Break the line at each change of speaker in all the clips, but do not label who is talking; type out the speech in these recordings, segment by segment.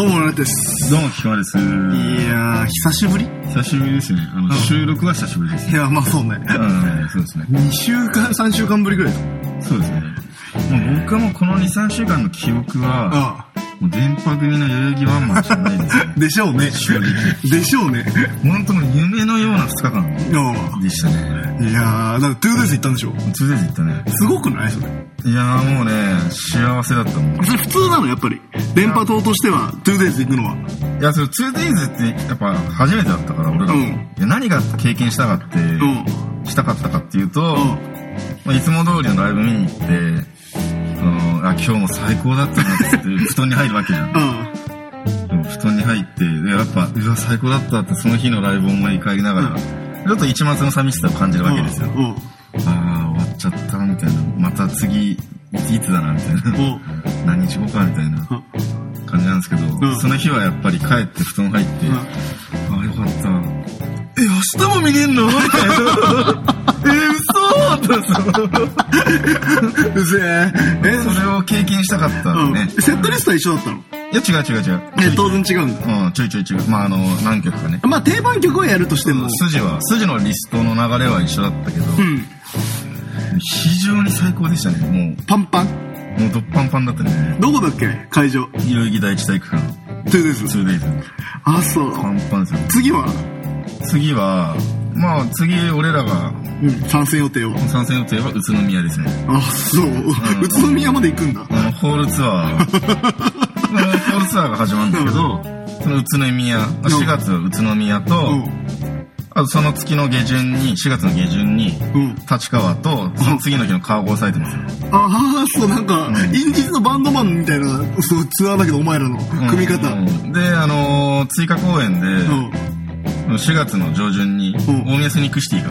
どうも、菊間です。
いやー、久しぶり
久しぶりですね。あの、収録は久しぶりです
い。や、まあそうね。
うん、そうですね。
2週間、3週間ぶりぐらいだ。
そうですね。もう僕はもうこの2、3週間の記憶は、
あ
もう電波組の代々木ワンマンしかないですね
あ。でしょうね。
正直
でしょうね。
本当の夢のような2日間
あ
でしたね。
あいやー、だってトゥーデース行ったんでしょ
つれて行ったね。
すごくないそれ。
いやーもうね、幸せだったもん。
それ普通なの、やっぱり。電波塔としては、トゥーデース行くのは。
いや、それ 2days ってやっぱ初めてだったから、俺が。
うん
いや何が経験したかって、したかったかっていうと、まあ、いつも通りのライブ見に行って、そのあ今日も最高だったなっつって布団に入るわけじゃん。で
う
も布団に入って、でやっぱ、うわ、最高だったって、その日のライブを思い返りながら、
うん
ちょっと一抹の寂しさを感じるわ
ん。
けですよ。
うん。
ああ、終わっちゃったみたいな。また次、いついつだなみたいな。
うん。
何日後かみたいな
うん
感じなんですけど、
ん
その日はやっぱり帰って布団入って、
うん
あ、よかった。え、明日も見れんのみ たいな。え、嘘
うぜえ。え、
それを経験したかった
う
の
ん
ね。。
セットリストは一緒だったの
いや、違う違う違う。
え、当然違うんだ。
うん、ちょいちょい違う。まあ、あの、何曲かね。
まあ定番曲をやるとしても。
筋は、筋のリストの流れは一緒だったけど、
うん。
非常に最高でしたね。
パンパン。
もう、もうどっぱんぱんだったね。
どこだっけ会場。ト
代々木第一体育館、
ゥーデース。
2days。
あ、そう。
パンパンですよ。
次は、
次は、まあ、次、俺らが
うん、参戦予定を。
参戦予定は宇都宮ですね。
あ、そう。宇都宮まで行くんだ。
あの、ホー ルツアー、あのホールツアーが始まるんだけど、その宇都宮、あ4月は宇都宮と、
うん。
あとその月の下旬に、4月の下旬に、
うん。
立川と、その次の日の川越を抑えてますよ。
ああ、そう、なんか、インディーズのバンドマンみたいな、そう、ツアーだけど、お前らの組み方。
う
うんん。
で、あのー追加公演で、4月の上旬に、
ん
大宮スニーク シティが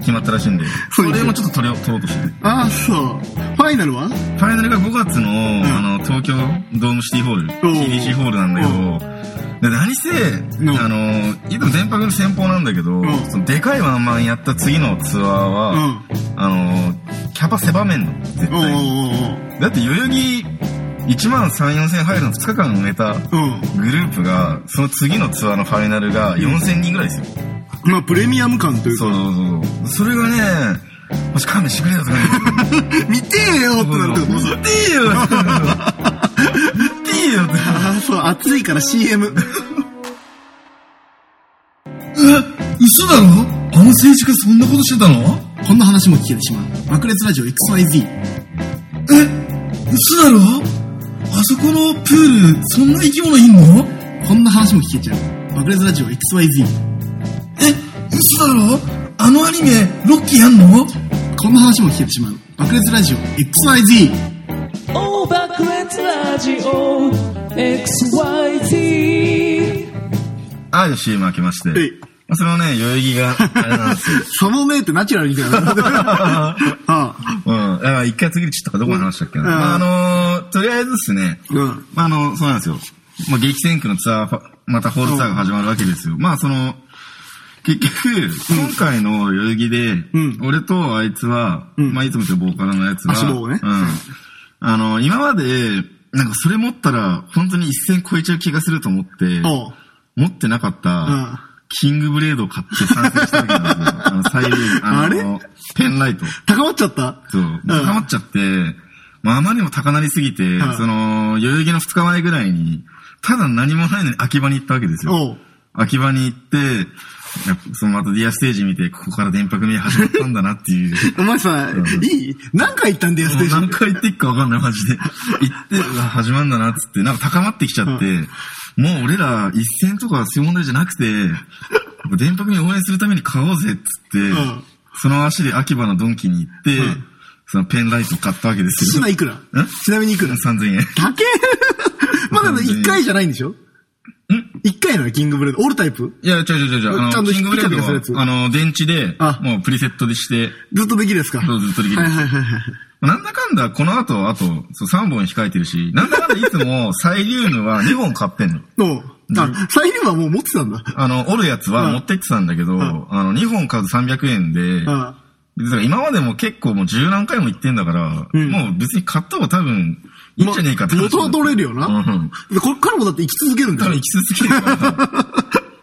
決まったらしいんで、そ
そうです
れもちょっと取れよ取ろうとしてる。
ああ、そう。ファイナルは
ファイナルが5月の、あの、東京ドームシティホール、TDC ホールなんだけど、で何せ、
ん
あのー、いつも全泊の先方なんだけど、
ん
そのでかいワンマンやった次のツアーは、
うん。
あのー、キャパ狭めんの、絶
おうおう
対に。だって代々木1万3、4千入るの2日間埋めた
おううん。
グループが、その次のツアーのファイナルが4千人ぐらいですよ。
まあ、プレミアム感というか、
そうそうそう。それがね、もし勘弁してくれよとかね。
見てーよってなるってこと
見てよって見てよって。
ああ、そう、暑いから CM。
嘘だろあの政治家そんなことしてたの
こんな話も聞けてしまう。爆裂ラジオ XYZ。
え嘘だろあそこのプール、そんな生き物いんの
こんな話も聞けちゃう。爆裂ラジオ XYZ。
え嘘だろあのアニメ、ロッキーやんの
こんな話も聞けてしまう。爆裂ラジオ XYZ。
Oh, backlit radio XYZ.
ああいう CM 開けまして。
えい
まあそれはね、代々木が、あれなんですよ。
サボメーってナチュラルみたいな。ああ。
うん。だから一回次にちょっとどこの話だっけな。
うん
まあ、あのーとりあえずですね。
うん。
まあ、あの、そうなんですよ。まあ、激戦区のツアーファ、またホールツアーが始まるわけですよ。まあ、その、結局、今回の代々木で、
ん
俺とあいつは、
うん
まあ、いつも言ってるボーカルのやつが、
足棒ね
うん。あの、今まで、なんかそれ持ったら、本当に一線超えちゃう気がすると思って、
おう。
持ってなかった、
うん
キングブレードを買って参戦したわけなんですよ。あの、サイレン、あの、ペンライト。
高まっちゃった
そう、高まっちゃって、まあ、あまりにも高鳴りすぎて、
はい
その、代々木の2日前ぐらいに、ただ何もないのに秋葉に行ったわけですよ。
おう。
秋葉に行って、やっぱそのまたディアステージ見て、ここから電波組始まったんだなって いう。
お前さ、いい何回行ったんだよ、ステ
も
ー
う
ジ。
何回行っていくか分かんない、マジで。行って、うわ始まるんだな、つって、なんか高まってきちゃって、もう俺ら一戦とかそういう問題じゃなくて、電波組応援するために買おうぜ、つって、
ん
その足で秋葉のドンキに行って、
ん
そのペンライト買ったわけです
市
よ。
内いくらちなみにいくら
3000円。
高え まだね一回じゃないんでしょん一回なの、キングブレード。オールタイプ
いや、違う違う違う、あ
ちゃん
の、
と
キングブレー
ピ
ド
カピカする
は、あ
や
の、電池で
あ、
もうプリセットでして、
ずっとできるやつか。
そうずっとできる
はいはいはいはい。
なんだかんだ、この後、あと、そう3本控えてるし、なんだかんだいつ も、サイリウムは2本買ってんの。
おう。あ、サイリウムはもう持ってたんだ。
あの、折るやつは持ってってたんだけど、
ん
あの、2本買うと300円で、
あ
だから今までも結構もう十何回も行ってんだから、
ん
もう別に買った方が多分、いいんじゃねえかって話
元は取れるよな。
うん
でこっからもだって生き続けるんだ
多
よ
分生。き続けるから多 分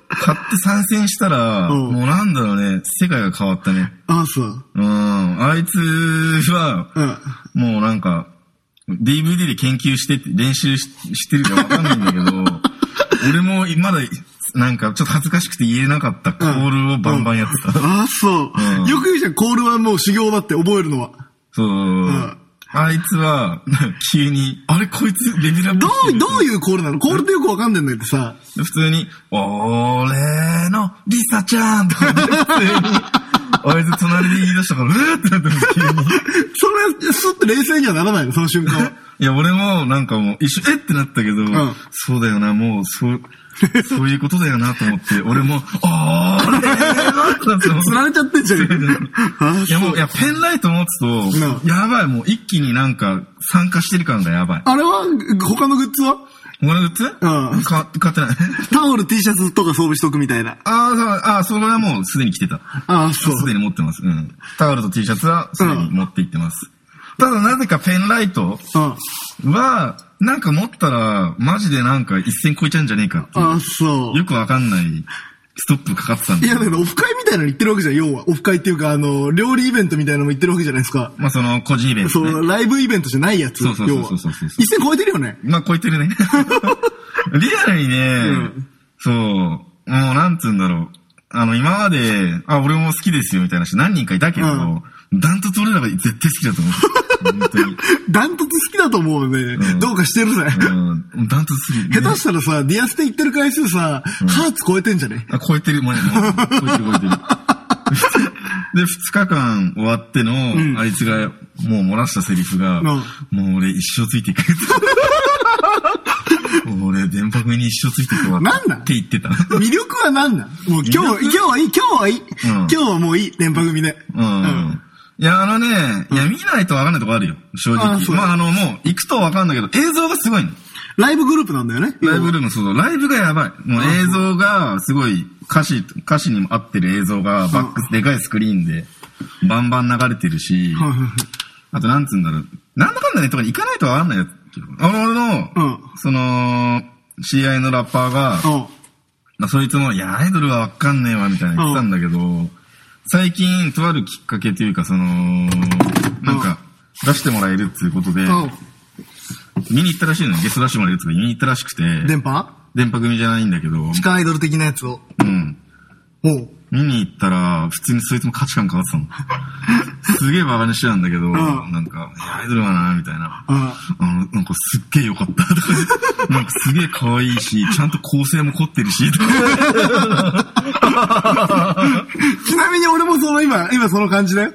買って参戦したら、
うん
もうなんだろうね、世界が変わったね。
ああ、そう。
うん、あいつは、
うん。
もうなんか、DVD で研究してて、練習ししてるかわかんないんだ けど、俺もまだ、なんかちょっと恥ずかしくて言えなかったコールをバンバンやってた。
ああ、そう。
うん
よく言うじゃん、コールはもう修行だって覚えるのは。
そう。あいつは、急に、あれこいつレベルアップ
ど
して
う、
る
どういうコールなのコールってよくわかんないんだけどさ。
普通に、俺のリサちゃんとか言って、普通 に、あいつ隣で言い出したから、うーってなってます、急に。
それ、すって冷静にはならないの、その瞬間 は。
いや、俺もなんかもう一緒、えってなったけど、
ん
そうだよな、もう、そう、 そういうことだよなと思って、俺も、あー、俺のってなって
釣られちゃってんじゃねえか。ああ、
いや
そ
もう、
う
い。や、ペンライト持つと、やばい、もう一気になんか、参加してる感がやばい。
あれは、他のグッズは
俺のグッズ
うん
か買ってない。
タオル、T シャツとか装備しとくみたいな。
あーそう、あー、それはもうすでに着てた。
ああ、そう。
すでに持ってます。うん。タオルと T シャツはすでに持って行ってます。ただなぜかペンライト
うん。
は、なんか持ったら、マジでなんか一線超えちゃうんじゃねえかっていう
ああ、そう。
よくわかんない、ストップかかってたん
い
だ
や、
け
だけ
ど。
ど、オフ会みたいなの行ってるわけじゃん、要は。オフ会っていうか、あの、料理イベントみたいなのも行ってるわけじゃないですか。
まあその、個人イベン
そ
トね。
う、ライブイベントじゃないやつ。
そうそうそう
要は
そうそうそう
一線超えてるよね。
まあ超えてる ね。リアルにね
ん、
そう、もうなんつうんだろう。あの、今まで、あ、俺も好きですよみたいな人何人かいたけど、
う
ダントツ俺らが絶対好きだと思う。本当に。
ダントツ好きだと思うね。
ん
どうかしてるぜ。
うん、ダントツ好き。
下手したらさ、ディアステ行ってる回数さ、ハーツ超えてんじゃね
あ、超えてる、もうね、もう超えてる、超えてる。で、二日間終わっての、あいつが、もう漏らしたセリフが、
うん
もう俺一生ついていく って。もう俺、電白に一生ついていくわ。
なんなん
って言ってた。
魅力は何なんもう今日は、
魅
今日はいい、今日はいい。今日はもういい、電波組で。
うん。いや、あのね、いや、見ないとわかんないとこあるよ。正直。
あそう
まあ、あの、もう、行くとわかんないけど、映像がすごいの。
ライブグループなんだよね。
ライブルーム、そうそう、ライブがやばい。もう映像が、すごい、歌詞、歌詞にも合ってる映像が、バック、でかいスクリーンで、バンバン流れてるし、
はいはいはい
あと、なんつうんだろう。なんだかんだね、とかに行かないとわかんないやつ。あの、俺の、
うん
その、知り合いのラッパーが、
うん。
まあそいつも、いや、アイドルはわかんねえわ、みたいな言ってたんだけど、最近、とあるきっかけというか、その、なんか、出してもらえるっていうことで、
う
見に行ったらしいのに、ゲスト出してもらえるっていうか、見に行ったらしくて、
ん。電波
電波組じゃないんだけど、
地下アイドル的なやつを。
うん。
おう。
見に行ったら、普通にそいつも価値観変わってたの。 すげえバカにしてたんだけど、なんか、いやアイドルはな、みたいな。
うん。
あの、なんかすっげえ良かった。とか 言ってなんかすげえ可愛いし、ちゃんと構成も凝ってるし、とか
ちなみに俺もその今、今その感じだよ。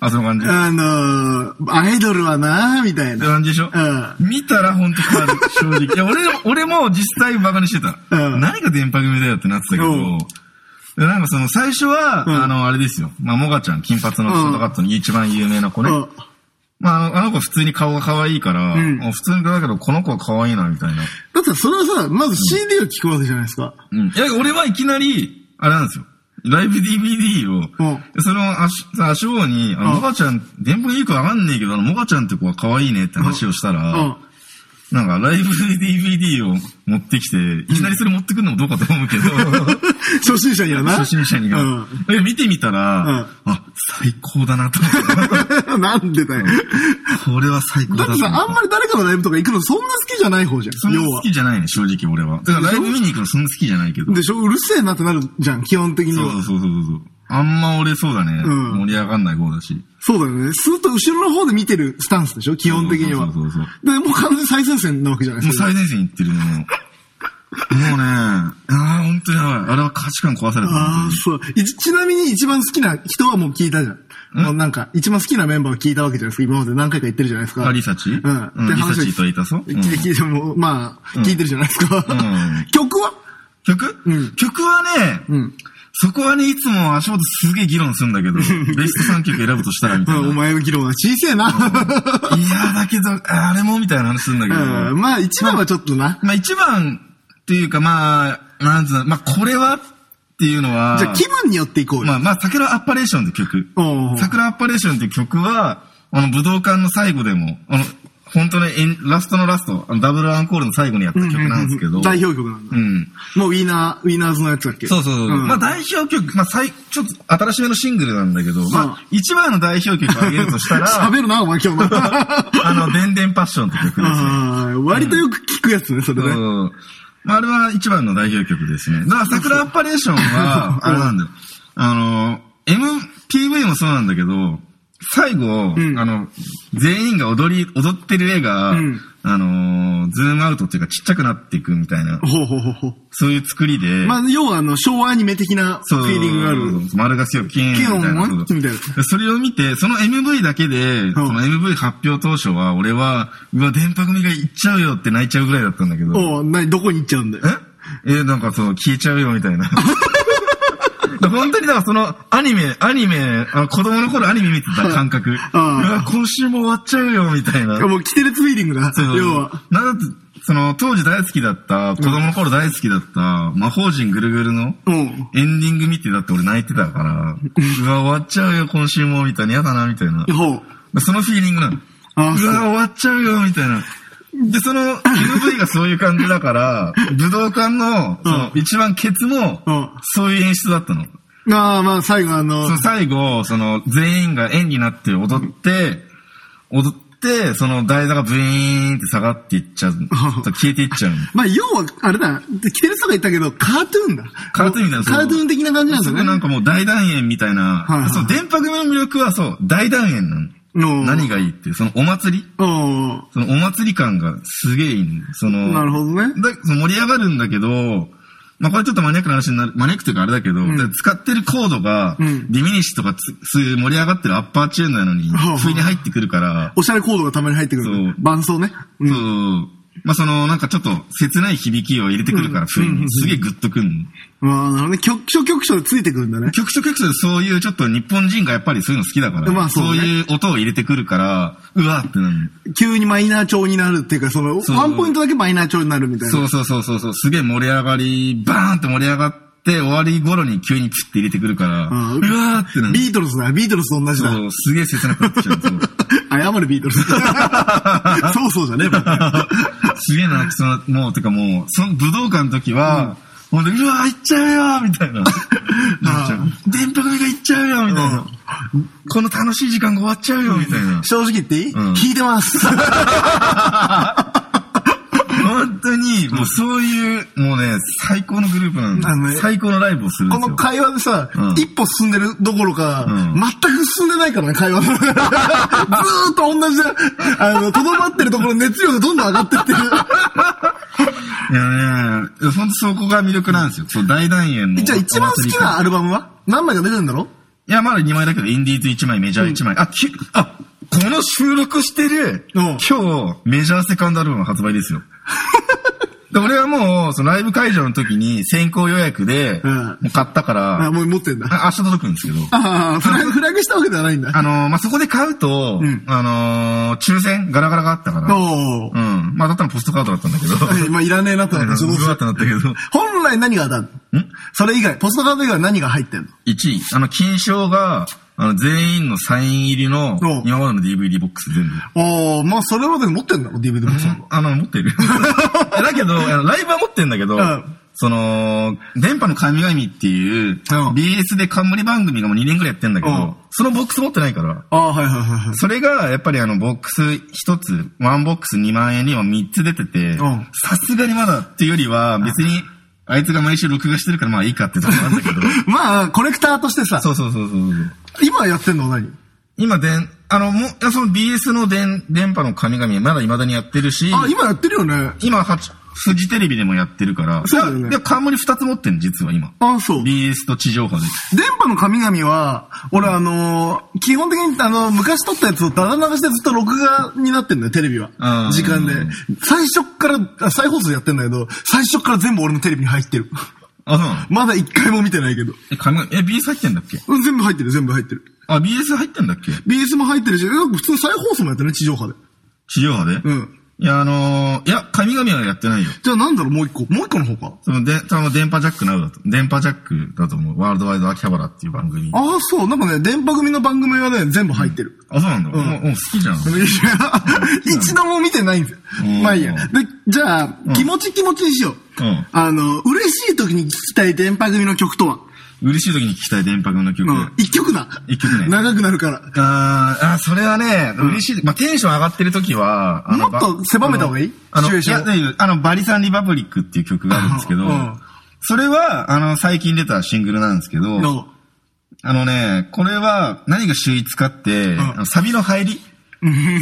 あ、その感じ。
あのー、アイドルはなーみたい
って
な。
感じでしょ
う
見たら本当変わる、正直。いや、俺も、俺も実際バカにしてた。
うん
何が電波組だよってなってたけど、
うん
でなんかその最初は、
うん
あの、あれですよ。まあ、モガちゃん、金髪のショートカットに一番有名な子ね。
うん。
まああの、あの子普通に顔が可愛いから、
ん
もう普通にだけど、この子は可愛いな、みたい
だ
な。
ってそれはさ、まず CD を聞くわけじゃないですか。
うん。いや、俺はいきなり、あれなんですよ。ライブ DVD を、
う
その足、足尾に、あの、
うん
モガちゃん、電波よくわかんねえけど、あの、モガちゃんって子は可愛いねって話をしたら、
うん。
なんか、ライブ DVD を持ってきて、いきなりそれ持ってくるのもどうかと思うけ ど、
初心者にはな。
初心者には。
うん。
で見てみたら、あ、最高だなと思 って。
なん でだよ。
これは最高
だ
だ
って
と思
さ、あんまり誰かのライブとか行くのそんな好きじゃない方じ
そ
ゃん。
んな
要
好
は。
きじゃないね、正直俺は。だからライブ見に行くのそんな好きじゃないけど。
でしょうるせえなってなるじゃん、基本的に
そう
は。
そうそうそうそう。あんま俺そうだね。
うん
盛り上がんない方だし。
そうだよね。ずっと後ろの方で見てるスタンスでしょ、基本的には。
そうそうそうそう
で、もう完全に最前線なわけじゃない
も
で
う
すか。
最前線行ってるのもう。もうね、ああ、本当にやばい。あれは価値観壊された。
ああ、そう。いちちなみに一番好きな人はもう聞いたじゃん。もうなんか、一番好きなメンバーを聞いたわけじゃないですか。今まで何回か言ってるじゃないですか。
あリサチ
うん。
うん
って話を
リサチといたぞうん
聞いて、聞いて、もう、まあ、聞いてるじゃないですか。
ん
曲は
曲、
うん
曲はね、
うん。
そこはね、いつも足元すげえ議論するん だけど、ベスト3曲選ぶとしたらみ
う
たいな。
んお
いや
前の議論は小さいな。
ー、だけど、あれもみたいな話するんだけど、
うん。まあ、一番はちょっとな。
まあ一番っていうかまあ、なんつうの、まあこれはっていうのは、
じゃあ、気分によっていこうよ。
まあまあ、桜アッパレーションって曲
おうおう。
桜アッパレーションって曲は、あの、武道館の最後でも、あの、本当にエンラストのラスト、あのダブルアンコールの最後にやった曲なんですけど、
代表曲なんだ。
うん。
もうウィーナー、ウィーナーズのやつだっけ
そうそうそう。
ん
まあ代表曲、まあ最、ちょっと新しめのシングルなんだけど、まあ一番の代表曲を挙げるとしたら、
喋るな、お前今日 な
あの、でんでんパッションって曲ですね。
あー割とよく聞くやつね、それね。
うん。まああれは一番の代表曲ですね。だから桜アパレーショ ンは、あれなんだよ。あの、MPV もそうなんだけど、最後、
ん
あの、全員が踊り、踊ってる絵が、
うん
あの、ズームアウトっていうかちっちゃくなっていくみたいな、
ほうほうほうほう。
そういう作りで、
まあ、要はあの、昭和アニメ的なフ
そう
ィーリングがある。
丸が強くキーンみたいな。
キーン
そう
みたいな
それを見て、その MV だけで、その MV 発表当初は、俺は、うわ、電波組が行っちゃうよって泣いちゃうぐらいだったんだけど、
おう、なに、どこに行っちゃうんだよ。
ええ、なんかその、消えちゃうよみたいな。 本当にだからその、アニメ、アニメ、あの子供の頃アニメ見てた感覚。うわ今週も終わっちゃうよみたいな。
もう、キテレツフィーリングだ。
そう
要は。
なんだってその、当時大好きだった、子供の頃大好きだった、魔法陣ぐるぐるの、
うん。
エンディング見てだって俺泣いてたから、うわ、終わっちゃうよ、今週も、みたいな、やだな、みたいな。
ほう。
そのフィーリングなの。う
あ
わ、
ー
終
そう
わっちゃうよ、みたいな。で、その、MV がそういう感じだから、武道館の、その一番ケツも
うん、
そういう演出だったの。
まあまあ、最後あの
そ、の最後、その、全員が円になって踊って、踊って、その台座がブイーンって下がっていっちゃう、消えていっちゃうの。
まあ、要は、あれだ、キテレツとか言ったけど、カートゥーンだ。
カートゥーンみたいなそう
カートゥーン的な感じなん
す
だ
ごい
ね。
なんかもう大団円みたいな、
はいはい
そう、電波組の魅力はそう、大団円なの。
うん
何がいいって、そのお祭り
うん。
そのお祭り感がすげえいいの。その、
なるほどね。
だその盛り上がるんだけど、まあこれちょっとマニアックな話になる、マニアックというかあれだけど、だから使ってるコードが、
うん
ディミニッシュとかつ、そういう盛り上がってるアッパーチューンなのに
はあ、
不意に入ってくるから、
おしゃれコードがたまに入ってくる。
そう
伴奏ね。う
そ
ん。
う、まあその、なんかちょっと切ない響きを入れてくるから、不意に、すげえグッとくるの。
まあ、なるほどね。局所局所でついてくるんだね。
局所局所でそういうちょっと日本人がやっぱりそういうの好きだから、
まあそ
そうう
ね
いう音を入れてくるから、うわーってなる。
急にマイナー調になるっていうか、その、
そう
ワンポイントだけマイナー調になるみたい
そ
な。
うそうそうそうそう、すげえ盛り上がり、バーンって盛り上がって、終わり頃に急にプッて入れてくるから、う
うん
わーってなる。
ビートルズだ。ビートルズと同じだ。
そう、すげえ切なくなってきちゃ う。そう
謝るビートル ズ。そうそうじゃねえば。
すげえな、その、もう、てかもう、その武道館の時は、もうね、うわー行っちゃうよみた いな。なっちゃう電波組が行っちゃうよみたいな。この楽しい時間が終わっちゃうよみたいな。
正直言っていい、
うん
聞いてます。
本当に、もうそういう、もうね、最高のグループなん
あの
だ
ね
最高のライブをするんで
こ
すよ。
の会話でさ、
うん
一歩進んでるどころか、
うん
全く進んでないからね、会 話。ずーっと同じだ、あの、とどまってるところの熱量がどんどん上がってってる。
いやね、ほんとそこが魅力なんですよ。そう、大団円の。
じゃあ一番好きなアルバムは何枚か出てるんだろ
いや、まだ2枚だけど、インディーズ1枚、メジャー1枚。あ、き、あ、この収録してる、
うん
今日、メジャーセカンドアルバム発売 ですよ。で俺はもう、そのライブ会場の時に先行予約で、
うん
もう買ったから、
あ、もう持ってんだ。
あ明日届くんですけど。
ああ、フラグ、フラグしたわけではないんだ。
あのーまあ、そこで買うと、
うん
あのー抽選、ガラガラがあったから。
おお
う。ん。まあ、だったらポストカードだったん だけど。
えまあ、いらねえなと
う
思って、ちょっ
ん
と
うわってなった けど。
本来何が当たるの
ん
それ以外、ポストカード以外は何が入ってんの
1位、あの、金賞が、あの、全員のサイン入りの
うん、
今までの DVD ボックス全部。
おー、まあ、それまで持ってんだろ、DVD もそう。
あの、持ってる。 だけど、あのライブは持ってるんだけど、
うん
その、電波の神々っていう、BS で冠番組がもう2年ぐらいやってんだけど、
うん
そのボックス持ってないから、
ああ、はいはいはいはい。
それが、やっぱりあの、ボックス1つ、ワンボックス2万円には3つ出てて
ん、
さすがにまだっていうよりは、別に、あいつが毎週録画してるからまあいいかってとこなんだけど、
まあ、コレクターとしてさ、
そうそうそうそうそう。
今やってんのは何
今、でん、あの、もう、その BS の電、電波の神々、まだ未だにやってるし、
あ、今やってるよね。
今、はちフジテレビでもやってるから、
そうだよね
で、冠二つ持ってんの、実は今。
あ、そう。
BS と地上波で。
電波の神々は、俺あのー基本的にあのー昔撮ったやつをだだ流しでずっと録画になってんだよ、テレビは
う。ん
時間で。最初っから、あ再放送やってんだけど、最初っから全部俺のテレビに入ってる。
あ、そうなの
まだ一回も見てないけど。
え、神々、え、BS 入ってんだっけ
うん全部入ってる、全部入ってる。
あ、BS 入ってんだっけ
BS も入ってるし、うん普通に再放送もやってるね、地上波で。
地上波で
うん。
いや、あのーいや、神々はやってないよ。
じゃあなんだろう、もう一個。もう一個の方か。
その、で、多分電波ジャックなうだと。電波ジャックだと思う。ワールドワイド秋葉原っていう番組。あ、
ああ、そう。なんかね、電波組の番組はね、全部入ってる。
そうなんだ。もうもう好きじゃん。
いや 一度も見てないんですよ
うん。
まあいいや。で、じゃあ、
ん
気持ち気持ちにしよう。
うん
あの、嬉しい時に聞きたい電波組の曲とは。
嬉しい時に聞きたい電波組の曲。
うん。一曲だ。
一曲ね
長くなるから。
あーあー、それはね、嬉しい。まあ、テンション上がってる時は、あ
もっと
ば
狭めた方がいい
あ
シ
の、
チュエー
い
ション
や、
を
大丈夫あの、バリサンリパブリックっていう曲があるんですけど
うん、
それは、あの、最近出たシングルなんですけど、
の、
あのね、これは、何が秀逸かって、
ん
あのサビの入り、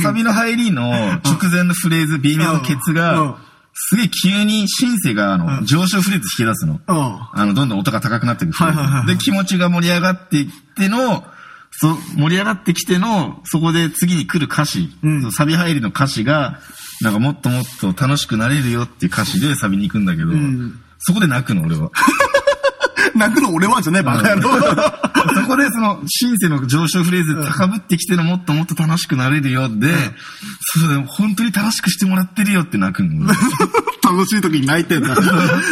サビの入りの直前のフレーズ、B 面のケツ
うんうん
が、すげえ急にシンセが、あ
う
の、
ん
上昇フレーズ引き出すの。
うん。
あの、どんどん音が高くなってくる。
はいはいはいはい
で、気持ちが盛り上がってきての、そ、盛り上がってきての、そこで次に来る歌詞、
うん
サビ入りの歌詞が、なんかもっともっと楽しくなれるよっていう歌詞でサビに行くんだけど、
ん
そこで泣くの、俺 は。
泣くの俺はじゃねえ、バカ野郎。
そこでその、シンセの上昇フレーズ高ぶってきてのもっともっと楽しくなれるよで、そうだよ本当に楽しくしてもらってるよって泣 くの。俺
楽しい時に泣いてんだ。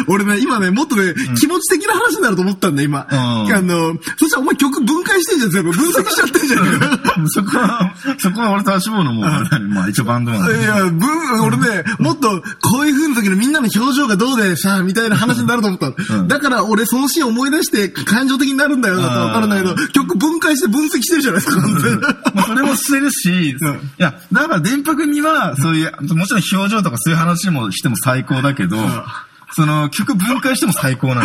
俺ね、今ね、もっとね、気持ち的な話になると思ったんだ、今。
うん
あの、そしたらお前曲分解してんじゃん、全部。分析しちゃってんじゃん。
そこは、そこは俺と足棒のもう、まあ一応バンドなんで
い。や、分、俺ね、もっと、こういう風の時のみんなの表情がどうでさ、みたいな話になると思ったの。
うん
だから俺そのシーン思い出して感情的になるんだよなってわかるんだけど、曲分解して分析してるじゃないですか、完全に
まあ、それもしてるし、
うん
いや、だから電波組は、そういう、もちろん表情とかそういう話もしても最高だけど、その、曲分解しても最高 な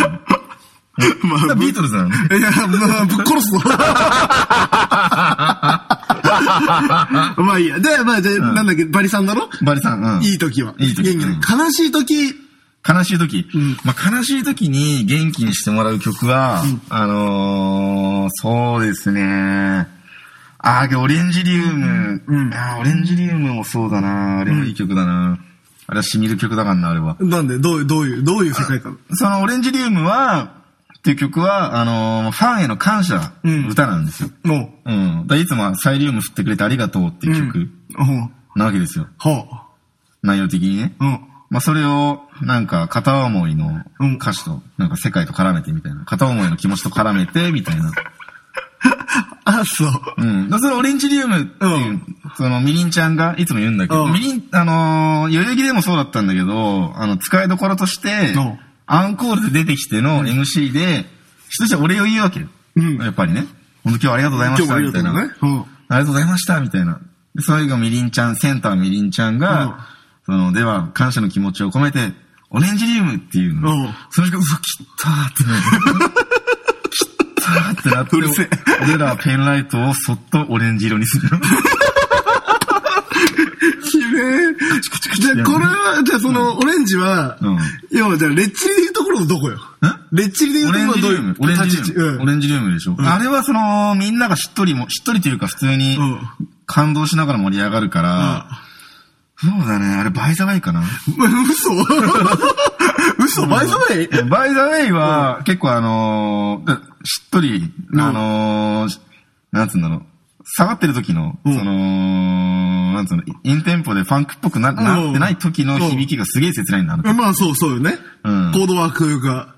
の。
ま
だから
あ、
ビートルズなのね。
いや、まあ、ぶっ殺すぞ。 まあいいや。で、まあ、じゃあ、なんだっけ、バリさんだろ
バリさん、うん。
いい時は。
いい時
元気な
うん
悲しい時、
悲しい時。
ん
まあ、悲しい時に元気にしてもらう曲は、あのー、そうですね。ああ、オレンジリウム。
うん
あーオレンジリウムもそうだな。あれもいい曲だな。あれは染みる曲だからな、あれは。
なんで、どういう、どういう、どういう世界観
そのオレンジリウムは、っていう曲は、あのーファンへの感謝、
うん
歌なんですよ。
の、
うん。だからいつもはサイリウム振ってくれてありがとうっていう曲
ほ
なわけですよ。
う、ほ
内容的にね。
う、うん。
まあそれを、なんか片思いの歌詞と、なんか世界と絡めてみたいな。片思いの気持ちと絡めて、みたいな。
あ、そう。
うん。だからそのオレンジリウムっていう、
うん
そのみりんちゃんがいつも言うんだけど、
うん
みりん、あのー、代々木でもそうだったんだけど、あの、使いどころとして、
うん
アンコールで出てきての MC で、人としてお礼を言うわけよ。
うん
やっぱりね。本当今日はありがとうございました、みたいな。
ね。うん。
ありがとうございました、みたいな。で、それがみりんちゃん、センターみりんちゃんが、その、では、感謝の気持ちを込めて、オレンジリウムっていうの。
うん
その時、うわ、切ったーって なる。切ったーってなって、
うるせえ
俺らはペンライトをそっとオレンジ色にする。
きれい。じゃあ、これは、じゃあ、その、オレンジは
うん、
要は、じゃあ、レッチリでいうところのどこよ。レッチリでいう
オ
とこ
レ
ろ
ン
は
ジ
ど
リ
う
ウム
い、
オレ
う
ンジ
立
リ
ち位
ウ
置う
ム、オレンジリウムでしょ。あれはその、みんながしっとりも、しっとりというか普通に
うん
感動しながら盛り上がるから、そうだね、あれバイザワイかな。
ん。 嘘嘘バイザウェイ
バイザウェイは、結構あのーしっとり、
ん
あのーなんつうんだろう。下がってる時の、
うん
その、なんつうの、インテンポでファンクっぽくな,、なってない時の響きがすげえ切ないになる。
まあ、そうそうよね。
うん
コードワークというか。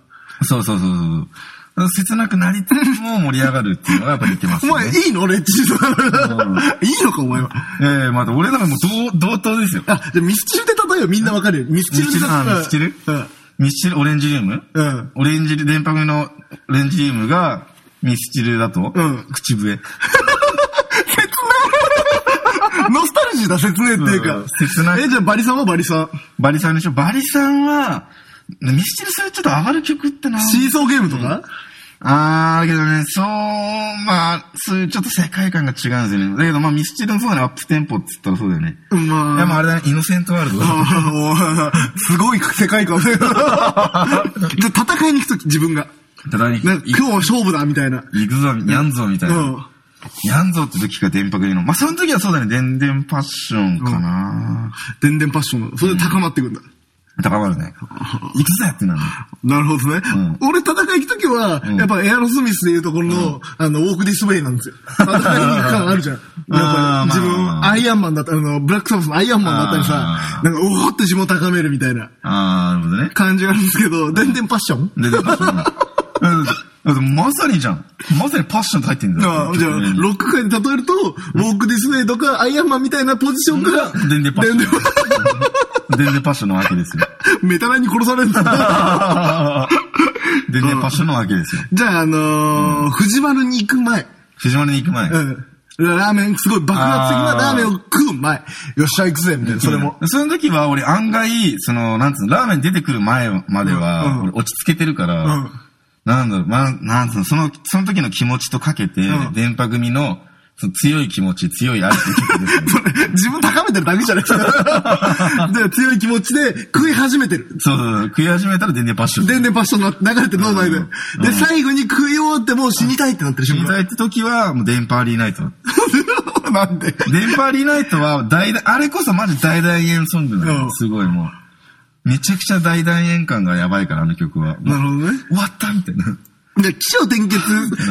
そうそうそうそう。切なくなりつつも盛り上がるっていうのがやっぱ似てます
お
ね。
前、いいのレッチリ
ん
いいのか、お前は。
ええまた俺なんかもう同、同等ですよ。
あ、じゃあミスチルで例えようみんなわかるよ。ミスチルで例えよう
ミスチル
う
ミスチル、オレンジリウム
ん。うん。
オレンジリ、電波組のオレンジリウムが、ミスチルだと、
うん
口笛。
ノスタルジーだ、説明っていう
うん
か。
切ない
え、じゃあバリさんはバリさん。
バリさんでしょバリさんは、ミスチルさんちょっと上がる曲ってな。
シーソーゲームとか
あー、だけどね、そう、まあ、そういうちょっと世界観が違うんですよね。だけど、まあ、ミスチルのそうだね、アップテンポって言ったらそうだよね。
うんま
い
あ。
や、まあ、あれだね、イノセントワールドだ。
あーすごい世界 観。で、戦いに行くとき、自分が。
ただ、い
なんか
い
今日は勝負だ、みたいな。
行くぞ、やんぞ、みたいうな。
ん。
やんぞって時が電波組の。まあ、その時はそうだね、電電パッションかな、
でんでんパッションなのそれで高まっていくんだ。
高まるね。行くぜってなるの。
なるほどね。俺戦い行くときは、
ん
やっぱエアロスミスでいうところの、あの、ウォークディスウェイなんですよ。戦いに行く感あるじゃん。やっぱ
あー
り自
まあ
分、アイアンマンだった、あの、ブラックサブスのアイアンマンだったりさ
あ、ー
なんか、おーって自分を高めるみたいな
あー、なるほどね。
感じがあるんですけど、全然パッション
で、だからその、うんだってまさにじゃん。まさにパッションと入ってんだ
あ
よ。
あじゃあ、ロック界で例えると、ウォークディスウェイとか、アイアンマンみたいなポジションから、
全然パッション。
電電
全然パッションなわけですよ。
メタラに殺されるん だ。
全然パッションなわけですよ。
じゃあ、あのー、藤丸に行く前。
藤丸に行く前。
うん。ラーメン、すごい爆発的なラーメンを食う前。よっしゃ、行くぜ、みたいな、それも。
うん。その時は俺案外、その、なんつうの、ラーメン出てくる前まで
うん
は、
うん
俺落ち着けてるから、
うん
なんだろう、まあ、なんつうの、その、その時の気持ちとかけて、
うん。
電波組の、その強い気持ち、強い愛っていう曲ですね
それ自分高めてるだけじゃない ですか。で強い気持ちで食い始めてる。
そうそうそう、食い始めたら全然パッション。
でんでんパッションが流れて脳内で。
うん
で、最後に食い終わってもう死にたいってなってる
死
瞬
にた
間。
いって時は、もう電波アリーナイト。
なんで。
電波アリーナイトは、大々、あれこそマジ大団円ソングなの、
うん
すごいもう。めちゃくちゃ大団円感がやばいから、あの曲は。
なるほどね。
終わったみたいな。
じゃあ、起承転結、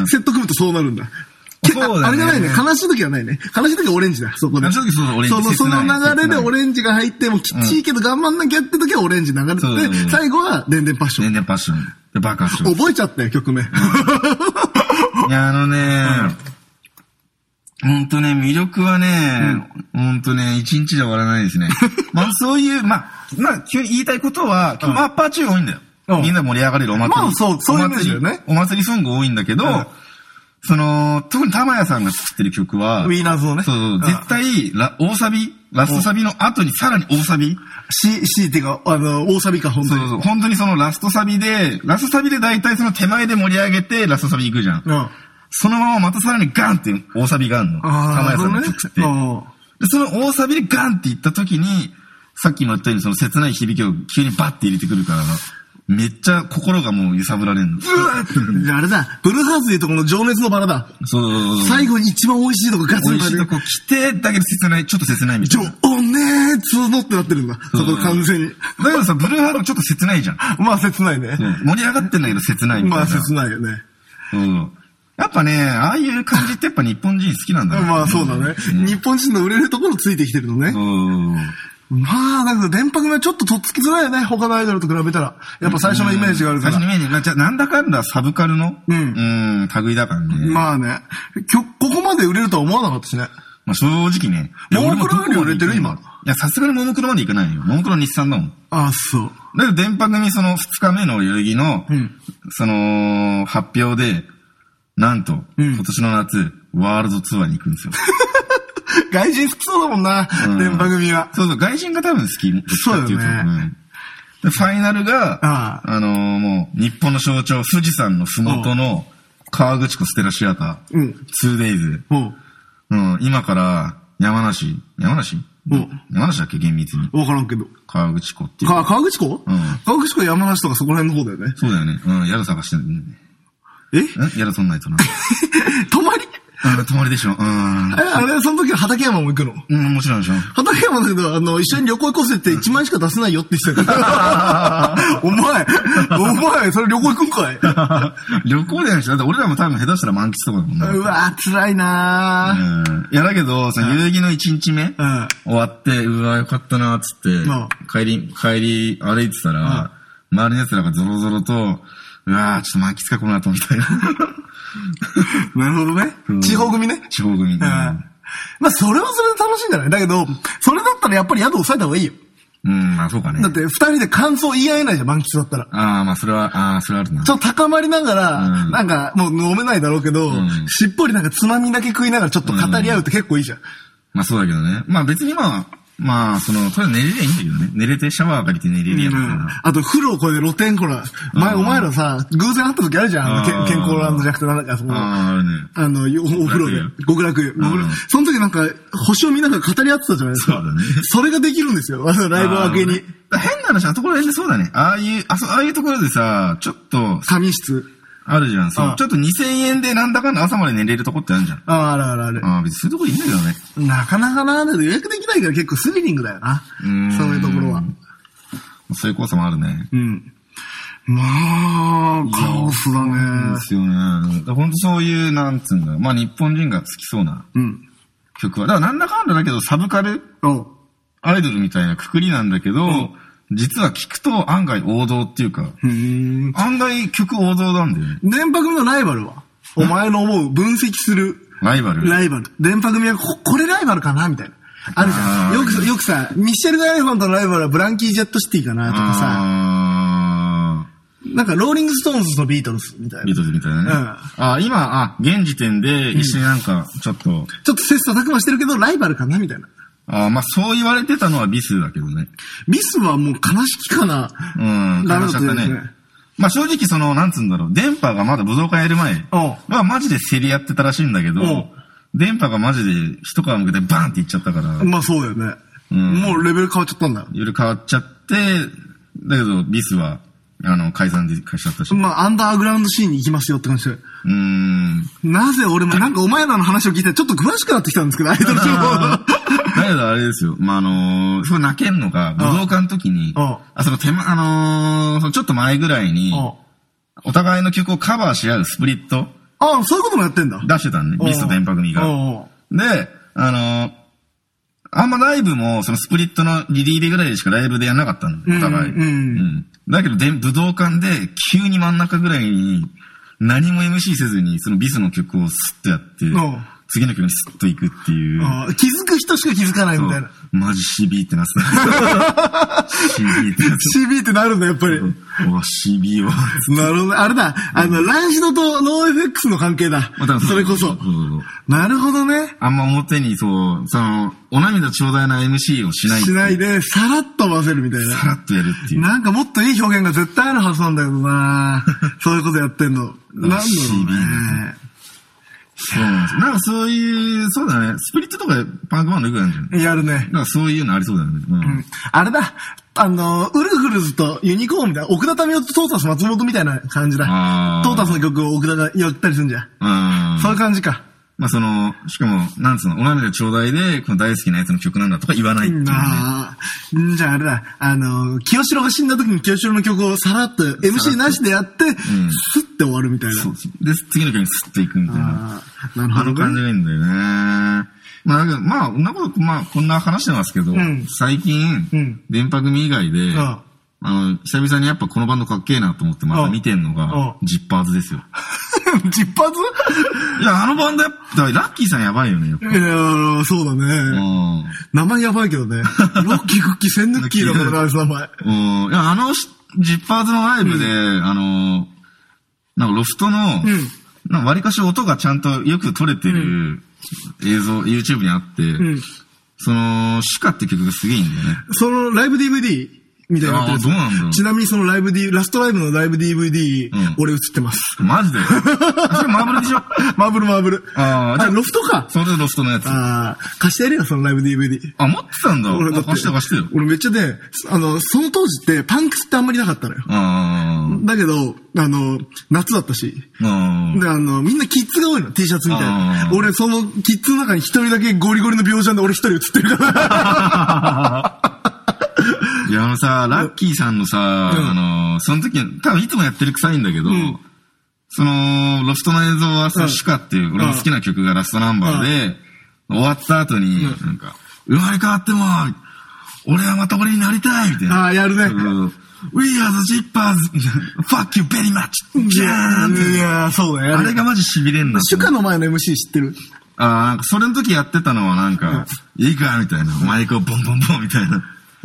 セット組むとそうなるんだ。け
そうだね
ああれがないね。悲しい時はないね。悲しい時はオレンジだ、そこで。
悲しい時そうそうオレンジ
その、そ
切ない
の流れで
切ない
オレンジが入って、もうきっちいけど頑張んなきゃって時はオレンジ流れて
そうだね
て、最後はでんでんパッション。
全然パッション。で、爆発します
覚えちゃったよ、曲名。
いや、あのね、ほんとね、魅力はね、ほんとね、一日じゃ終わらないで すね。まあ、そういう、まあ、まあ、急に言いたいことは、まあアッパー中多いんだよ
うん。
みんな盛り上がれるお祭り。
まあそうそういうイメージだよね
お祭りお祭りソング多いんだけど、その、特に玉屋さんが作ってる曲は、
ウィーナーズのね。
そうそう、
ん
絶対、ラ大サビ、ラストサビの後にさらに大サビ。
C、C っていうか、あの、大サビか、本当
そう
に。
そうそう、本当にそのラストサビで、ラストサビで大体その手前で盛り上げて、ラストサビ行くじゃん。
うん。あ
そのまままたさらにガンって大サビがあるの。玉屋さんの曲って。
なる
で、
ほどね
その大サビでガンって言った時に、さっきも言ったようにその切ない響きを急にバッて入れてくるから、めっちゃ心がもう揺さぶられるの。
うんじゃああれだ、ブルーハーツでいうとこの情熱のバラだ。
そうそうそうそう。
最後に一番美味しいとこガツ
美
ン
味しいとこ来て、だけど切ない、ちょっと切ないみた
情
いな。
熱のってなってるんだ。そこ完全に。
だけどさ、ブルーハートちょっと切ないじゃん。
まあ切ないね。
盛り上がってんだけど切ないみたい
まあ
な。
切ないよね。
うん。やっぱね、ああいう感じってやっぱ日本人好きなんだね
まあそうだね。日本人の売れるところついてきてるのね
う。ん。
まあ、だけど、電波組はちょっととっつきづらいよね。他のアイドルと比べたら。やっぱ最初のイメージがあるか
最初
ら。
のイメージまあじゃあなんだかんだサブカルの、
うん
ん類だからね。
まあね。きょここまで売れるとは思わなかったしね。
まあ正直ね。いや
ももクロより売れてる
俺もどこまで行くのいや、さすがにももクロまで行かないよ。ももクロ日産だもん。
ああ、そう。
だけど、電波組その2日目の代々木の、
うん
その、発表で、なんと、
うん
今年の夏、ワールドツアーに行くん ですよ。
外人好きそうだもんな、
うん
電波組は。
そうそう、外人が多分好き。どっちかっていと
そうだよね
んで、ファイナルが、
あ
あのーもう、日本の象徴、富士山のふもとの、河口湖ステラシアター、
うん
2days。
おう。
うん、今から、山梨、山梨
うん
山梨だっけ厳密に。
わからんけど。
河口湖っていう。
か、河口湖
うん
河口湖山梨とかそこら辺の方だよね。
そうだよね。うん、宿探してるんだよね。
え
ん宿そんないとな。
泊まり
うん、泊まりでしょ。うん
え、。あれ、その時は畠山も行くの
うん、もちろんでしょ。
畠山だけど、あの、一緒に旅行行こうぜって1万円しか出せないよって言ってたから。 お前、お前、それ旅行行くんかい
旅行じゃないでしょ。だって俺らも多分下手したら満喫とかだもんね。
うわ、辛いなぁ。
うんいや、だけど、その、遊戯の1日目、
ん
終わって、うわ、よかったな、つって、
ん
帰り、帰り、歩いてたら、周りの奴らがゾロゾロと、うわちょっと満喫か、この後、みたいな。
なるほどね
うん。
地方組ね。
地方組。うん
まあ、それはそれで楽しいんじゃないだけど、それだったらやっぱり宿抑えた方がいいよ。
うん、まあそうかね。
だって、二人で感想言い合えないじゃん、満喫だったら。
ああ、まあそれは、ああ、それはあるな。
ちょっと高まりながら、
うん
なんか、もう飲めないだろうけど、
ん
しっぽりなんかつまみだけ食いながらちょっと語り合うって結構いいじゃん。
まあそうだけどね。まあ別にまあ、まあ、その、それは寝れりゃいいんだけどね。寝れて、シャワー浴びて寝れりゃいい
うんあと、風呂を超えて露天コラ。前、
うん
お前らさ、偶然会った時あるじゃん。あのけ
うん
健康ランドじゃなくて、なんだっけ、その、あ
ああ、あるね。
の、よお風呂で。極楽湯。極楽
うん
その時なんか、星を見ながら語り合ってたじゃないですか。
そうだね
それができるんですよ。あの、ライブ明けに。
あー。変な話、あところでそうだね。ああいう、あそう、ああいうところでさ、ちょっと、
仮眠室。
あるじゃん。そう
あ。
ちょっと2000円でなんだかんだ朝まで寝れるとこってあるじゃん。
ああ、あるあるある。
ああ、別にそういうとこいいんだけどね。
なかなかな、だけど予約できないから結構スリリングだよな。
うーん
そういうところは。
そういう怖さもあるね。
うん。まあ、カオスだ
そう
ね
で。すよね。だ本当そういう、なんつうんだろう。まあ日本人が好きそうな
うん。
曲は。だからなんだかんだだけど、サブカル
お
アイドルみたいなくくりなんだけど、実は聞くと案外王道っていうか、
うん。
案外曲王道なんだよね。
電波組のライバルはお前の思う分析する
ライバル。
ライバル。電波組はここれライバルかなみたいな。あるじゃん。
あー
よくさ、よくさ、ミッシェル・ガイファンとのライバルはブランキー・ジェット・シティかなとかさ、
あ
なんかローリング・ストーンズとビートルズみたい
ービ
な。
ー
ち
トルズみたいなね。
うん
あ今、あ、現時点で一緒になんか、ちょっと、
ょっと切磋琢磨してるけど、ライバルかなみたいな。
あーまあそう言われてたのはビスだけどね。
ビスはもう悲しきかな。
うん、
なるほど
悲しかった
ですね
ね。まあ正直その、なんつうんだろう、電波がまだ武道館やる前
お
はマジで競り合ってたらしいんだけど
うん、
電波がマジで一皮向けてバーンっていっちゃったから、
まあそうだよね。
ん
もうレベル変わっちゃったんだよ。
より変わっちゃって、だけどビスは、あの、解散で解散しちゃったし。
まあアンダーグラウンドシーンに行きますよって感じで。
うーん。
なぜ俺もなんかお前らの話を聞いてちょっと詳しくなってきたんですけど、アイドル情報
だ。け どあれですよ。まあ、あのーすごい泣けんのが、武道館の時に、
うん
あ、その手間、あのーそのちょっと前ぐらいに、お互いの曲をカバーし合うスプリット
ああ、そういうこともやってんだ。
出してたんね。ビスト電波組が。
おう
で、あのーあんまライブも、そのスプリットのリリーベぐらいでしかライブでやんなかったの、お互い。
うん
んだけどで、武道館で急に真ん中ぐらいに、何も MC せずに、そのビスの曲をスッとやって
おう、
次の曲にスッと行くっていう。
ああ気づく人しか気づかないみたいな。
マジシビーってなってた。シビーってなって
CB ってなるんだ、やっぱり。なる
た。うわ、シビーは。
ほどね。あれだ、あの、ランシドとノー FX の関係だ
また。
それこ
う。
そう
そう
なるほどね。
あんま表に、そう、その、お涙頂戴な MC をしない。
しないで、さらっと混ぜるみたい
さらっとやるっていう。
な。なんかもっといい表現が絶対あるはずなんだけど なそういうことやってんの。なんだろう
CB
ね
ね。そうなんですよなんかそういう、そうだね。スプリットとかでパンクバンドよくやるんじゃない
やるね。
なんかそういうのありそうだよね。うん。
うんあれだ、あの、ウルフルズとユニコーンみたいな、奥田民生とトータス松本みたいな感じだ
あ。ー
トータスの曲を奥田がやったりするんじゃん。
うん
そういう感じか。
まあその、しかも、なんつうの、お涙頂戴で、この大好きなやつの曲なんだとか言わないっていうね。
ああ。んじゃああれだ、あの、清志郎が死んだ時に清志郎の曲をさらっと MC なしでやって、スッて終わるみたいな。
そうそうで、次の曲にスッと行くみたいな。
ああ、なる
あ
ほ
の
ど
感
ね。
じがいいんだよね。まあ、だけどまあ、こんなこと、まあ、こんな話してますけど、
ん
最近、
うん
電波組以外で、
ああ
あの、久々にやっぱこのバンドかっけえなと思ってまた見てんの
ああ
が、ジッパーズですよ。
実発
いや、あのバンドやっぱ、ラッキーさんやばいよね、やっぱ。
いや、そうだ
う
ね。
ん。
名前やばいけど ね。ロッキー、クッキー、センヌッキーだからな、あいつ名前。
うんいや、あのし、ジッパーズのライブで、あの、なんかロフトの、
ん
なんか割かし音がちゃんとよく撮れてる映像、YouTube にあって、
ん
その、シュカって曲がすげえいいんだよね。
そのライブ DVD みたいになってるやつ
あーそうなんだ
ちなみにそのライブ D、ラストライブのライブ DVD、
うん
俺映ってます。
マ ジであそれマーブルでしょ
マーブルマーブル。
あーじゃあ
ロフトか。
それでロフトのやつ。あ、
ああ、貸してやるよ、そのライブ DVD。
持ってたんだ。
俺だって
貸して貸してよ。
俺めっちゃね、あの、その当時ってパンクスってあんまりなかったのよ。
あー
だけど、あの、夏だったし。
あー。
で、あの、みんなキッズが多いの、T シャツみたいな
あ。ー
俺、そのキッズの中に一人だけゴリゴリの病じゃんで俺一人映ってる から。
いや、あのさ、ラッキーさんのさ、あの、その時、多分いつもやってる臭いんだけど、
ん
その、ロフトの映像は
う
さ、
ん
シュカっていう、俺の好きな曲がラストナンバーで、終わった後に、なんか、生まれ変わっても、俺はまた俺になりたいみたいな。
ああ、やるね。
うん We are the Zippers! Fuck you very much!
い
ジャーンって
やいや、そうだよ。
あれがマジ痺れんな。
主歌の前の MC 知ってる
ああ、なんか、それの時やってたのはなんか、いいかみたいな。マイクをボンボンボンみたいな。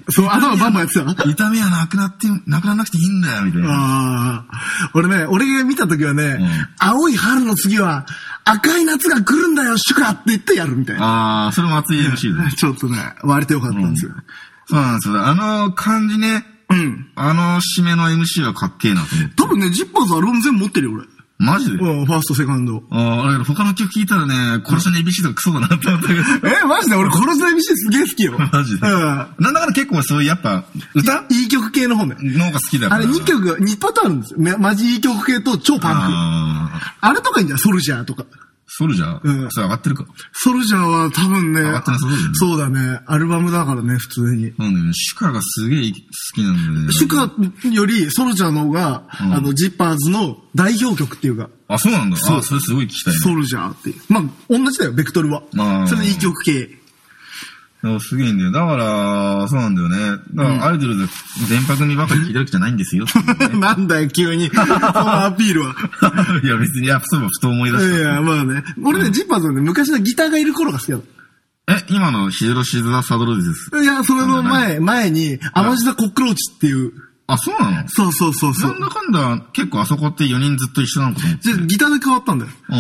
そう、頭バンバンやって たの
痛みはなくなって、なくならなくていいんだよ、みたいな。
ああ。俺ね、俺が見た時はね、
ん
青い春の次は赤い夏が来るんだよ、主歌って言ってやるみたいな。
ああ、それも熱い MC だね。
ちょっとね、割と良かったんですよ。
そうなんですよ。あの感じね、
うん。
あの締めの MC はかっけえなと思って。
多分ね、ジッパーズアルバム全部持ってるよ、
マジで、
俺。うん、ファースト、セカンド。
ああ、だけど他の曲聴いたらね、殺しの ABC とかクソだなって思ったけど。
え、マジで俺、殺す MC すげえ好 きよ。
マジで。
うん。
なんだかんだ結構そういうやっぱ、歌
いい曲系の方ね。
の方が好きだか
あ
ら。
れ2曲、2パターンあるんですよ。めマジいい曲系と超パンク。
ああ、
あれとかいいんじゃん、ソルジャーとか。
ソルジャー、
うん
それ上がってるか。
ソルジャーは多分ね
上がってますね、
そうだね。アルバムだからね、普通に。
なんだよね、シュカがすげえ好きなんだよね。
シュカよりソルジャーの方が、
うん
あの、ジッパーズの代表曲っていうか、
あ、そうなんだ。
そう
あ、それすごい聞きたいね。
ソルジャーっていう。まあ、同じだよ、ベクトルは。
まあ
それでいい曲系。
そうすげえんだよ。だから、そうなんだよね。だから、アイドルで電白にばかり聞いてるわけじゃない んですよ。
なんだよ、急 に。そのアピールは。
いや、別に、いや、そういえばふと思い出
い
し。
やいや、まあね。俺ね、ジッパーズはね、昔のギターがいる頃が好きだった
え、今のヒデロシズダサドロディです。
た。いや、それの前、前に、アマジダ・コックローチっていう。
あ、そうなの
そうそうそうそ
な。
うん
だかんだ、結構あそこって4人ずっと一緒なのかと思って
じゃあギターで変わったんだよ。
お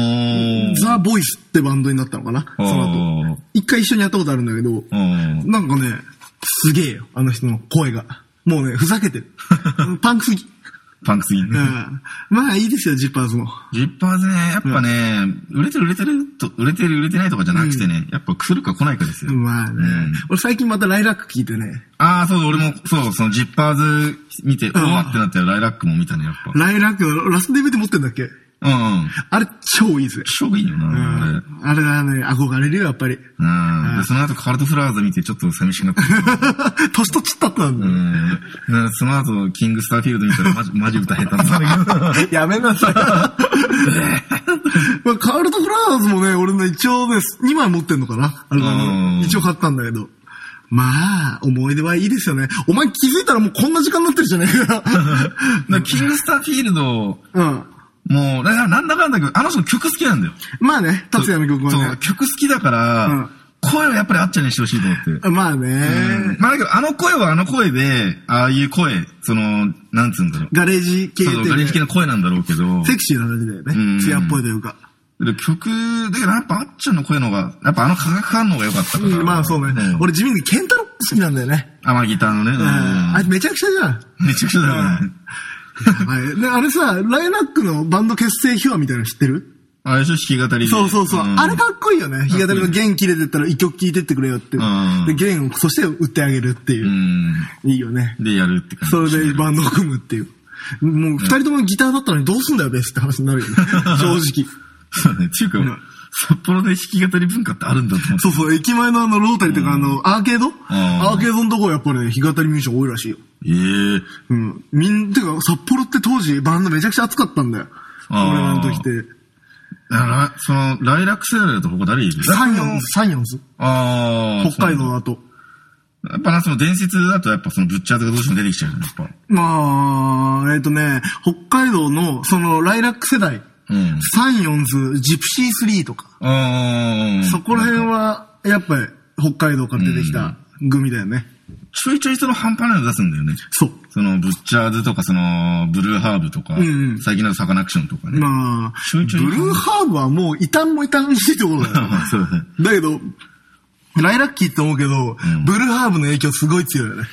ー。
ザ・ボイスってバンドになったのかなその後。
おー
一回一緒にやったことあるんだけど、
おー
なんかね、すげえよ、あの人の声が。もうね、ふざけて る。パンクすぎ。
パンクすぎる
う
ね。
ん。まあいいですよ、ジッパーズも。
ジッパーズね、やっぱね、売れてる売れてると、売れてる売れてないとかじゃなくてね、やっぱ来るか来ないかですよ。
まあね。
うん
俺最近またライラック聞いてね、
ああ、そう、俺も、そう、そのジッパーズ見て、うわってなったよ、ライラックも見たね、やっぱ。
ライラックのラストデビューで持ってんだっけ
うんうん。
あれ超いいぜ。
ショーがいいよ
う
な、あれ。
ん。あれはね、憧れるよ、やっぱり。
うん。でその後、カルトフラワーズ見て、ちょっと寂しく なった。
年とちったったんだ
う
よ。
ん。でその後、キングスターフィールド見たら、 マジ、マジ歌下手なんだけど。
やめなさい。 まあ、カールト・フラワーズもね、俺ね、一応です。2枚持ってんのかなあれ
うん
一応買ったんだけど。まあ、思い出はいいですよね。お前気づいたらもうこんな時間になってるじゃねえか。
だからキングスターフィール ド、
うん。
もう、だからなんだかんだ、あの人曲好きなんだよ。
まあね、達也の曲
そ
は
う、曲好きだから、
うん
声はやっぱりあっちゃんにしてほしいと思って。
ね。まあ
うん
ね、
まあだけど、あの声はあの声で、ああいう声、その、なんつうんだろう。
ガレージ系って
そ
い
うそうう、
ね
ガレージ系の声なんだろうけど。
セクシーな感じだよ
うん
ね。艶っぽいというか。
で曲、だけどやっぱあっちゃんの声の方が、やっぱあの化学反応が良かったから。
うんまあそうね。
ん、
俺地味にケンタロップ好きなんだよね。
あ、まあギターのね。うん
あれめちゃくちゃじゃん。
めちゃくちゃだよね。
はいであれさ、ライナックのバンド結成秘話みたいなの知ってる
あれでしょ、弾き語りで。
そうそうそう。
ん
あれかっこいいよね。弾き語りの弦切れてったら一曲聴いてってくれよって。
ん
で、弦をそして売ってあげるっていうう。
ん。
いいよね。
で、やるって感じ。
それでバンドを組むっていう。もう二人ともギターだったのにどうすんだよ、ベースって話にな るよね。正直。
そうだね。っていうか、札幌で弾き語り文化ってあるんだと思って。
そうそう、駅前のあの、ロータリーとかあの、アーケード
あー
アーケードのとこはやっぱりね、日語りミュージシャン多いらしいよ。
ええ
うん。みん、てか、札幌って当時バンドめちゃくちゃ暑かったんだよ。俺
あー
らの時って。
だから、その、ライラック世代だと他誰いる
サイオンズ、サイオンズ。
ああ。
北海道の後。
やっぱな、その伝説だとやっぱそのブッチャーズがどうしても出てきちゃうじゃん、やっぱ。
まあ、えっ、とね、北海道の、その、ライラック世代。
うん。
サイオンズ、ジプシー3とか。
ああ。
そこら辺は、やっぱり、北海道から出てきた組だよね。
ちょいちょいその半端ないの出すんだよね。
そう。
その、ブッチャーズとか、その、ブルーハーブとか、
んうん
最近のサカナクションとかね。
まあ、
ち
ブ
ょ
ル
いちょい
ーハーブはもう、異端も異端にしてところだよ。
まあそうだね。
だけど、ライラッキーって思うけど、
ん
ブルーハーブの影響すごい強いよね。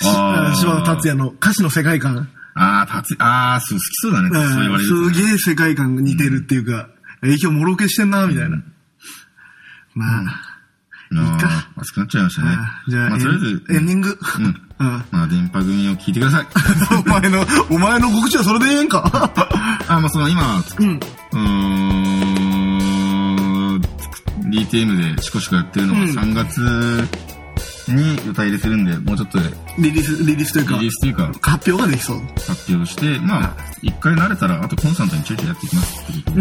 し
あー
柴田達也の歌詞の世界観。
ああ、立つ、ああ、そう、好きそうだね。そう言われると
うん
ね。
すげえ世界観が似てるっていうか、影響もろ受けしてんな、みたいな。まあ、
あ
いいか
あ、熱くなっちゃいましたね
あ。じゃあ、
まあ、
エン
とりあえず、
エンディング。
うん。
うん
まあ、電波組を聞いてください。
お前の、お前の告知はそれでええんか
あ、まあ、その、今、う
うん。
ーん、DTM でシコシコやってるのが
うん
3月に歌入れするんで、もうちょっとで
リリース、リリースというか
リリー、スというか
発表ができそう。
発表して、まあ、一回慣れたら、あとコンスタントにちょいちょいやっていきますってこと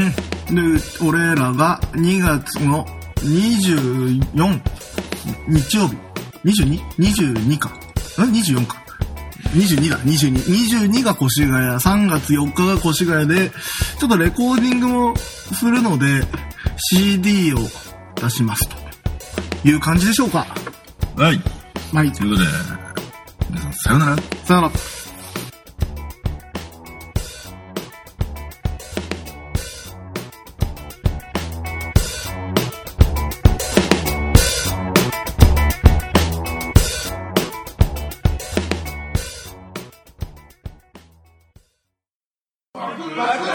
で。
うん。で、俺らが2月の24日曜日。22?22 か。ん ?24 か。22だ、22。22が越谷、3月4日が越谷で、ちょっとレコーディングもするので、CD を出しますという感じでしょうか。
はい。
はい。
ということで、皆さん、さようなら。
さよなら。
爆